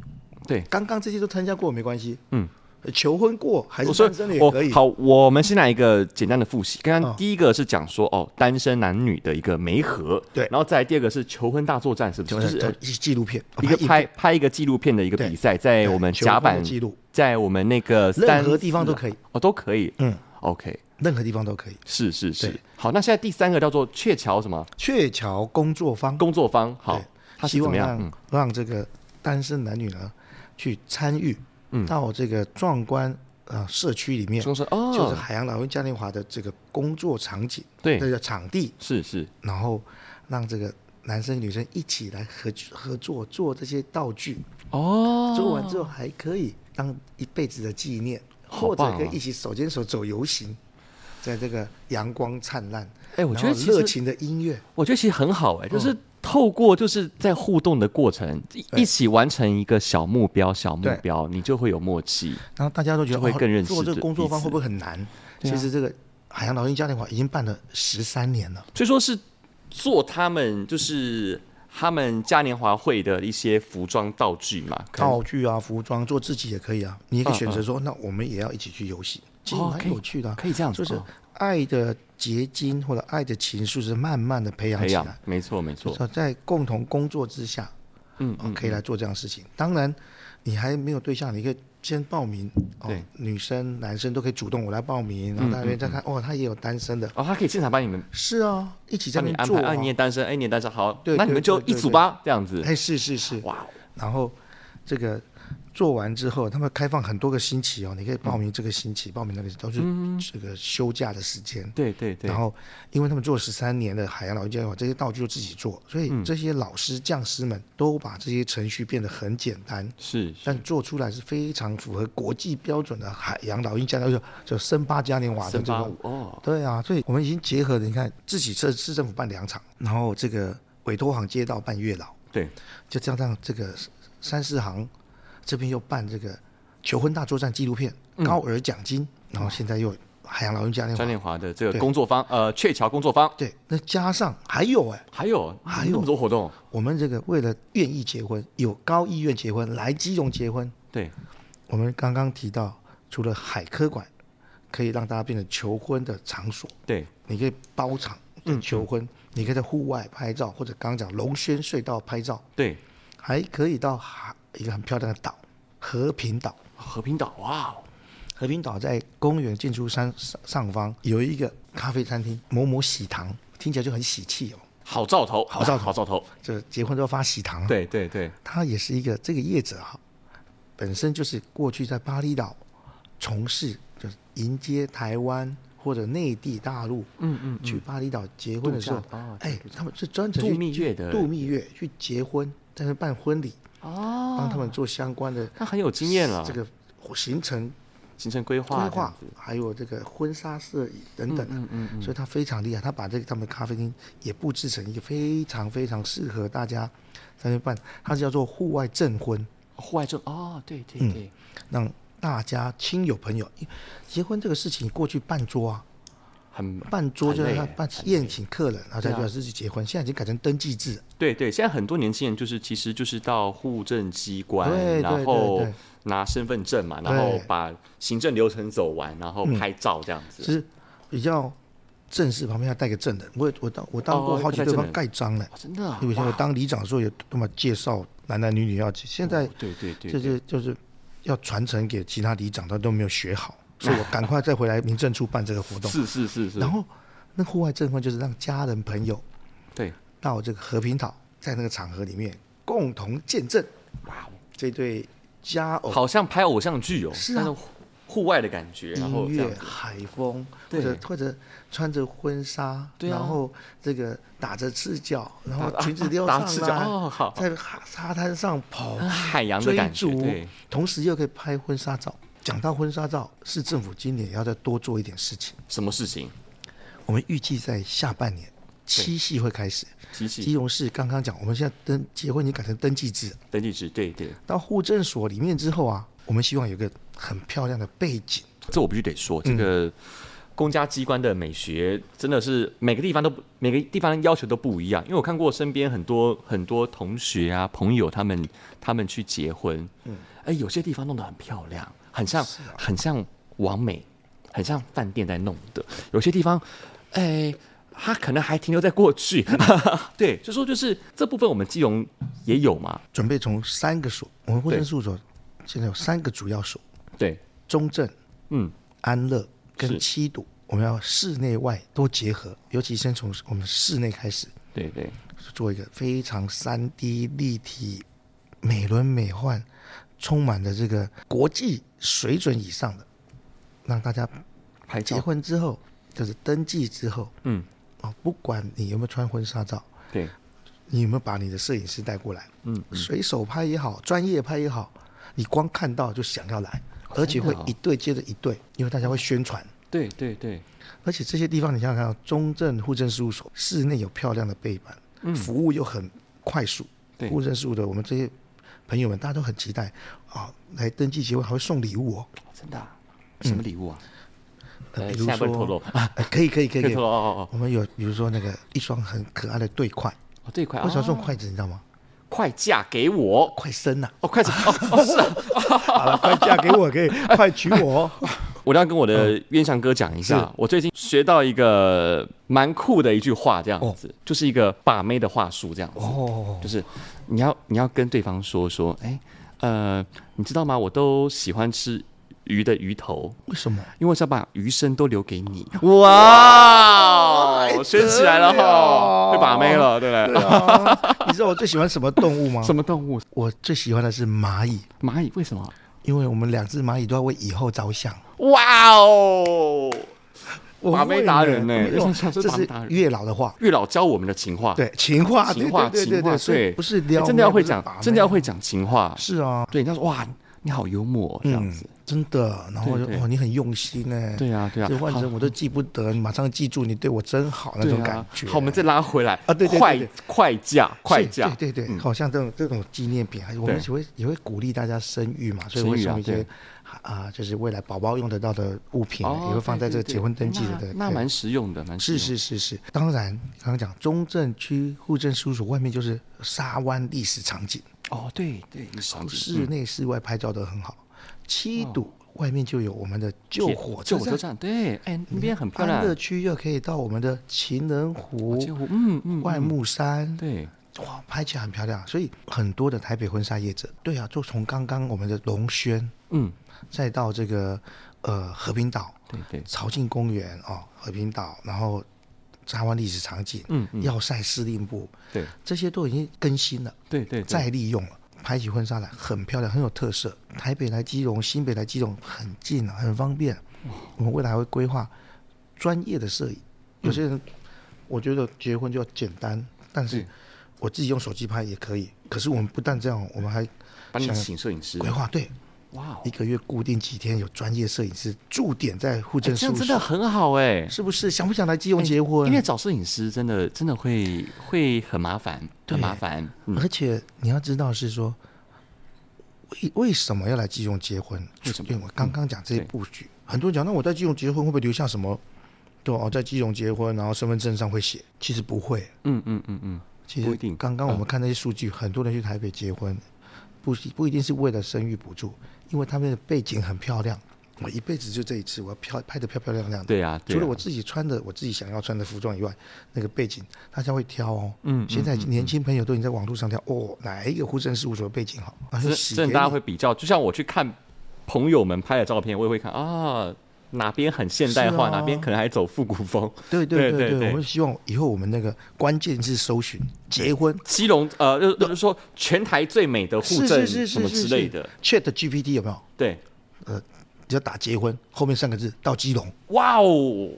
对。
刚刚这些都参加过没关系，呃
嗯，
求婚过还
我
是
说
单身的也
我
可以。
好，我们先来一个简单的复习。刚刚
哦
第一个是讲说哦，单身男女的一个媒合，
对
然后再来第二个是求婚大作战，是不？
就是
就是
是
呃
纪录片，
一个
把
拍拍一个纪录片的一个
对
比赛，在我们
求
甲
婚的
板，
记录，
在我们那个
任何
三
地方都可以，
哦都可以。
嗯，
OK，
任何地方都可以。
是是是
对。
好，那现在第三个叫做鹊桥什么
鹊桥工作方，
工作坊？好
对，
它是
希
怎
望
么样？
让、
嗯，
让这个单身男女呢去参与，
嗯
到这个壮观啊、呃社区里面，
就说哦，
就是海洋老鹰嘉年华的这个工作场景，
对
这，个场地，
是是，
然后让这个男生女生一起来合合作做这些道具，
哦，
做完之后还可以当一辈子的纪念，
好
或
棒啊
者可以一起手牵手走游行。在这个阳光灿烂，
哎，我
然
觉得
后
其
热
实
情的音乐，
我觉得其实很好哎、就是透过就是在互动的过程，一
对
一起完成一个小目标，小目
对
标你就会有默契。
然后大家都觉得
就会
哦
更认识
做这个
这
工作
彼
方会
此
不会很难？
对啊
其实这个海洋老鹰嘉年华已经办了十三年了，
所以说是做他们就是他们嘉年华会的一些服装道具嘛，可能
道具啊、服装做自己也可以啊，你也可以
嗯
选择
嗯
说，那我们也要一起去游戏，其实
哦可
蛮
以
有趣的啊、
可以这样子
就是
哦
爱的结晶或者爱的情愫是慢慢的培养
培
起
养
来，，
啊没错没错，
说在共同工作之下，
嗯
哦
嗯，
可以来做这样的事情。当然，你还没有对象，你可以先报名。哦
对，嗯
女生、男生都可以主动我来报名，然后大家再看，哦，他也有单身的，
哦，他可以现场帮你们
是啊，一起在
帮
那
你
边
安
做
排，
啊
哎，你也单身，哎，你也单身，好，
对
那
对
你们就
对
一
对
组
对
吧，这样子，
哎，是是是，
哇，哦
然后这个做完之后，他们开放很多个星期哦，你可以报名这个星期，报名那个都是
嗯
这个休假的时间。
对对对
然，后，因为他们做十三年的海洋老鹰教育，这些道具就自己做，所
嗯
以这些老师、匠师们都把这些程序变得很简单，
是是
但做出来是非常符合国际标准的海洋老鹰嘉年华，就森巴嘉年华的
森
这
巴
种
舞哦，
对啊，所以我们已经结合了，你看自己市市政府办两场，然后这个委托行街道办月老，
对，
就这样让这个三四行这边又办这个求婚大作战纪录片、
嗯
高额奖金，然后现在又有海洋老鹰嘉年华
张，念华的这个
对
工作坊，呃，鹊桥工作坊，
对，那加上还有哎、
还有
还
那
有
么多活动，
我们这个为了愿意结婚，有高意愿结婚来基隆结婚，
对，
我们刚刚提到，除了海科馆可以让大家变成求婚的场所，
对，
你可以包场求婚，你可以在户外拍照，或者刚刚讲龙轩隧道拍照，
对，
还可以到海一个很漂亮的岛——和平岛。
和平岛，哇哦，
和平岛在公园进出山上上方有一个咖啡餐厅“某某喜糖”，听起来就很喜气哦。
好兆头，好
兆头嗯
好兆头，
这结婚都要发喜糖，，
对对对，
它也是一个这个业者哈、本身就是过去在巴厘岛从事就是迎接台湾或者内地大陆，
嗯嗯
去巴厘岛结婚的时候
度假哦，
哎，他们是专程
度
去
蜜月的
度蜜月去结婚，在那办婚礼，
哦，
啊帮他们做相关的
他很有经验了，
这个行程
行程规啊划
规
这样
划
子，
还有这个婚纱摄影等等
嗯嗯
的，所以他非常厉害，他把这个他们咖啡厅也布置成一个非常非常适合大家在那边办，它是叫做户外证婚，
户外证哦，对对
嗯
对，
让大家亲友朋友，因为结婚这个事情过去办桌啊，
很
办桌就
很累
是要
耶
办
很
宴请客人，然后再
对啊
表示去结婚，现在已经改成登记制了，
对对，现在很多年轻人就是其实就是到户政机关，
对对
然
对
后
对
拿身份证嘛，
对嗯
然后把行政流程走完，然后拍照这样子。
就是比较正式，旁边要带个证人。我有我当我当过
哦
好几
要带
对
证
方
人
盖章了，
哦真的、啊，
因为像我
哇
当里长的时候也他妈介绍男男女女要结，现在
哦对对对，
就
对
是就是要传承给其他里长，他都没有 学好，所以我赶快再回来民政处办这个活动。
是是是是，
然后那户外证婚就是让家人朋友
对，
到这个和平岛，在那个场合里面共同见证
哇哦，
这对佳偶
好像拍偶像剧哦，
哦是啊
但户户外的感觉，然后
音
这
乐
样、子，
海风，或
对
者或者穿着婚纱，
对啊
然后这个打着赤脚，然后
打
裙啊子 撩
打
上
打赤脚
来，
哦 好
在沙沙滩上跑，
很海洋的
追
感觉，
逐
对，，
同时又可以拍婚纱照。讲到婚纱照，市政府今年也要再多做一点事情。
什么事情？
我们预计在下半年七夕会开始。
机
基
器
隆市刚刚讲，我们现在登结婚已经改成登记制了，
登记制，对对，
到户政所里面之后啊，我们希望有个很漂亮的背景。
这我必须得说，这个公家机关的美学真的是每个地方都不每个地方要求都不一样。因为我看过身边很多很多同学啊朋友他们他们去结婚，嗯，啊哎，有些地方弄得很漂亮，很像、很像完美，很像饭店在弄的。有些地方，哎。他可能还停留在过去， 对，就说就是这部分我们基隆也有嘛，
准备从三个所，我们户
对
政事务所现在有三个主要所：
对，
中正、
嗯，
安乐跟
是
七堵。我们要室内外都结合，尤其先从我们室内开始，
对对，
做一个非常三 D 立体、美轮美奂、充满了这个国际水准以上的，让大家
拍
结
照，
婚之后就是登记之后
嗯，
啊，不管你有没有穿婚纱照，
对，
你有没有把你的摄影师带过来？
嗯，
随手拍也好，专业拍也
哦
好，你光看到就想要来，而且会一对接着一对，因为大家会宣传，
对对对，
而且这些地方你想想看，中正户政事务所室内有漂亮的背板，
嗯，
服务又很快速，
对
户政事务的我们这些朋友们大家都很期待啊，来登记结婚还会送礼物哦，
真的啊、什么礼物啊？
呃、
呃
比如
下不能透露
说，，呃可以可以可 以，可
可以
以
透露哦哦
我们有比如说那个一双很可爱的对筷，
哦哦，这一块
为什么
哦，
送筷子你知道吗？
快嫁给我
快生啊呐、
哦，快 点哦哦是啊，
好了，快嫁给我，可以 快娶我哦。
我一定要跟我的冤相哥讲一下啊
是，
我最近学到一个蛮酷的一句话，这样
哦
子，就是一个把妹的话术，这样子。
哦，
就是你要你要跟对方说说，哎、呃，你知道吗？我都喜欢吃鱼的鱼头，
为什么？
因为我想把余生都留给你。哇，圈起来了
太得
哈，
了
被把妹了，对不
对
哦对？
啊，你知道我最喜欢什么动物吗？
什么动物？
我最喜欢的是蚂蚁，
蚂蚁？为什么？
因为我们两只蚂蚁都要为以后着想。
哇哦！
我
把妹
为
达
了
人呢
没有
我想说
这
把妹
是
达人
月老的话，
月老教我们的情话，
对情话，对
情话，
对
情
对对
话，
对，所以
对，
不是
哎
撩妹，
真的要会
不是
讲
把，妹
真的要会讲情话。
是啊，
对，人家说哇，你好幽默哦这样
嗯
子。，
真的。然后
对
就
对
哦，你很用心呢。
对啊，对啊
这，换
好
成我都记不得，你马上记住你对我真好那
对
种感觉。
啊。好，我们再拉回来
啊对对对
快
对
快嫁，快
是
嫁，
对对对，
嗯
好像这种这种纪念品，还是我们也会也会鼓励大家生育嘛，所以
生
会
育啊
送一些
对哦
啊，就是未来宝宝用得到的物品，啊也会放在这
对
个
对对
结婚登记的
那
的。
那
对
蛮实用的，蛮实
是
用的
是是是，当然，刚刚讲中正区户政事务所外面就是沙湾历史场景，
哦，对对，一场景
室内室外拍照都很好。七堵外面就有我们的旧火
救火
车
车
站，
站，对，哎，那边很漂
安
亮，
乐区又可以到我们的情人湖、
哦湖，嗯嗯，
外木山，
对，
哇，拍起来很漂亮。所以很多的台北婚纱业者，对啊，就从刚刚我们的龙轩，
嗯，
再到这个呃和平岛、
对对，
潮境公园哦，和平岛，然后沙湾历史场景，
嗯嗯，
要塞司令部，
对
这些都已经更新了，
对对，对
再利用了。拍起婚纱来很漂亮，很有特色。台北来基隆，新北来基隆很近啊，很方便。我们未来还会规划专业的摄影。有些人我觉得结婚就要简单，但是
对
我自己用手机拍也可以。可是我们不但这样，我们还
帮你
想
请摄影师
规，划对
哇哦，
一个月固定几天有专业摄影师驻点在户
哎
政
这
事
样
务
真的
所，
很好哎，
是不是？想不想来基隆结婚
因？为找摄影师真的真的会会很麻烦，
对
很麻烦，嗯
而且你要知道是说，为为什么要来基隆结婚？
为什么嗯
因为我刚刚讲这些
对
布局，很多人讲，那我在基隆结婚会不会留下什么？对哦，在基隆结婚，然后身份证上会写，其实不会。
嗯嗯嗯嗯，
其
不
实
一定
刚刚我们看那些数据，很多人去台北结婚，不是不一定是为了生育补助，因为他们的背景很漂亮。我一辈子就这一次，我要漂拍的漂漂亮亮的。
对啊，对
除了
啊
我，自己穿的我自己想要穿的服装以外，那个背景大家会挑哦。
嗯嗯
现在年轻朋友都已经在网络上挑哦，哪一个户政事务所的背景好？啊
真
就
的
洗
真
给
的大家
你
会比较，就像我去看朋友们拍的照片，我也会看啊，哪边很现代化，
是啊
哪边可能还走复古风。
对
对
对对
对
对，
对
我们希望以后我们那个关键字搜寻结婚
基隆呃，就是就是说全台最美的户
是
政
是是
什
是
么
是
之类的，
Chat GPT 有没有？
对，
只要打结婚后面三个字到基隆，
哇哦，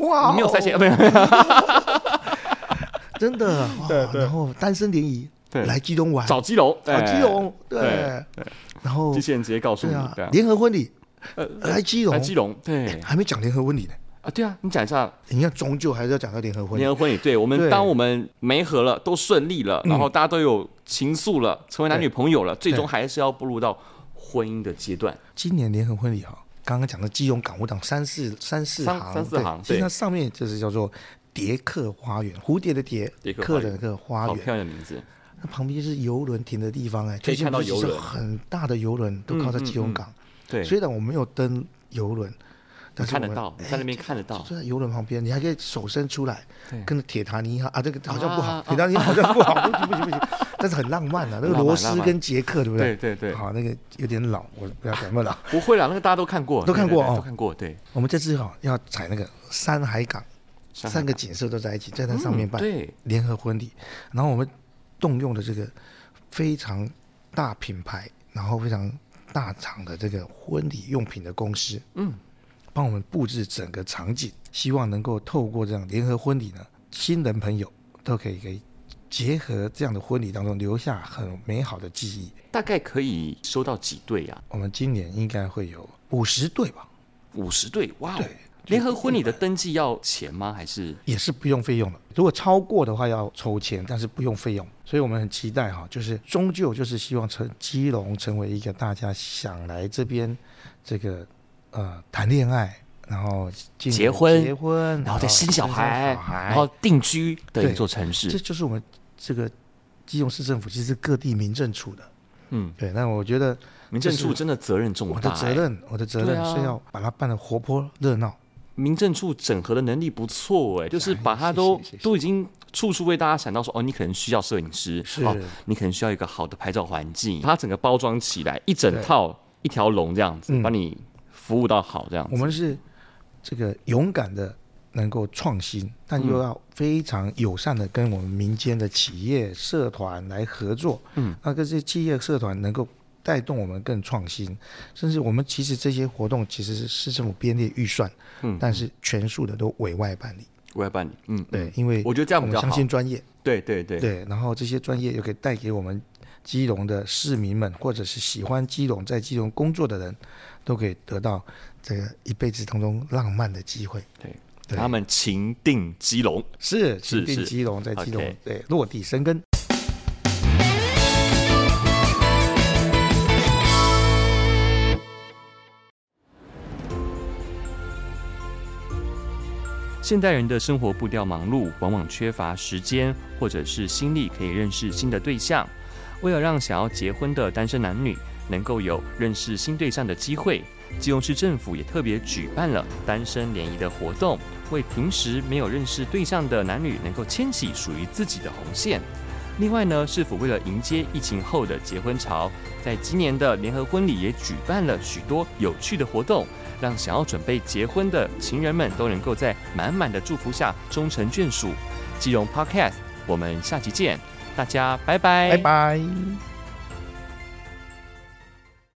哇哦，
你没有塞钱，没有，没有
真的哇
对对
然后单身联谊
对
来基隆玩，
找基隆，
找基隆
对
对，然后
机器人直接告诉你，
对啊
对啊，
联合婚礼
呃
来基隆
来，基隆，对
还没讲联合婚礼呢。
啊，对啊，你讲一下
你看，终究还是要讲到联合婚礼
联。合婚礼，对我们
对嗯
当我们没合了，都顺利了，然后大家都有情愫了，成为男女朋友了，最终还是要步入到婚姻的阶段，
今年联合婚礼哈、刚刚讲的基隆港务党三四三四
三
行，
三四
对
行
其实
对
它上面就是叫做蝶客花园，蝴蝶的蝶
蝶，客花
客人
园
的客花
好
园，
漂亮的名字，
那旁边就是游轮停的地方哎，
可以
最近
看到
不是
游
是
轮嗯
很大的游轮都靠在基隆港。
对，
虽然我没有登游轮，
你
但是
看
我
得
们哎
到，你在那边看得到，
就在游轮旁边，你还可以手伸出来
对，
跟着铁达尼号啊，这个好像不好，
啊
铁达尼号好像 不好，不行不行不行，但是很浪漫啊，那个
浪漫
罗斯
浪漫
跟杰克对不
对对对，
好，那个有点老，我不要讲那么老。
不会啦，那个大家都看过，
都看过
对对对
哦
都看过，对，
我们这次哈、要采那个山海港，三个景色都在一起，在那上面
嗯
办
对，
联合婚礼，然后我们动用的这个非常大品牌，然后非常大厂的这个婚礼用品的公司，
嗯，
帮我们布置整个场景，希望能够透过这样联合婚礼呢，新人朋友都可以给结合这样的婚礼当中留下很美好的记忆。
大概可以收到几对呀、啊
我们今年应该会有五十对吧？
五十对，哇哦
对！
联合婚礼的登记要钱吗？还是
也是不用费用的。如果超过的话要抽签，但是不用费用。所以我们很期待哈，就是终究就是希望成基隆成为一个大家想来这边这个呃谈恋爱，然后进
结婚
结婚，啊
然后再生小孩，
生小孩
然后定居的一
哎对
座城
这
市？
就是我们这个基隆市政府其实各地民政处的。
嗯，
对，那我觉得
民政
这
处
是
真的责任重
我
大、
的
欸，
责任，我的责
对
任
啊
是要把它办得活泼热闹。
民政处整合的能力不错哎、就是
哎
把它
谢
都
谢谢谢
都已经处处为大家想到说，哦，你可能需要摄影师，
是
哦，你可能需要一个好的拍照环境，把它整个包装起来，一整
对
套一条龙这样子，
嗯
把你服务到好这样
我
子。
们是这个勇敢的，能够创新，但又要非常友善的跟我们民间的企业社团来合作。
嗯，
那跟这些企业社团能够带动我们更创新，甚至我们其实这些活动其实是市政府编列预算，
嗯
但是全数的都委外办理。
我要办理，嗯，
对
嗯，
因为
我觉得这样
我
比
们
较好
相。信专业，
对对对，
对，然后这些专业又可以带给我们基隆的市民们，或者是喜欢基隆、在基隆工作的人，都可以得到这个一辈子当中浪漫的机会。对
他们情定基隆。
是，
是
请定
是
基隆，在基隆
OK
对落地生根。
现代人的生活步调忙碌，往往缺乏时间或者是心力可以认识新的对象。为了让想要结婚的单身男女能够有认识新对象的机会，基隆市政府也特别举办了单身联谊的活动，为平时没有认识对象的男女能够牵起属于自己的红线。另外呢，市府为了迎接疫情后的结婚潮，在今年的联合婚礼也举办了许多有趣的活动，让想要准备结婚的情人们都能够在满满的祝福下终成眷属。基隆 Podcast，我们下期见，大家拜拜，
拜拜。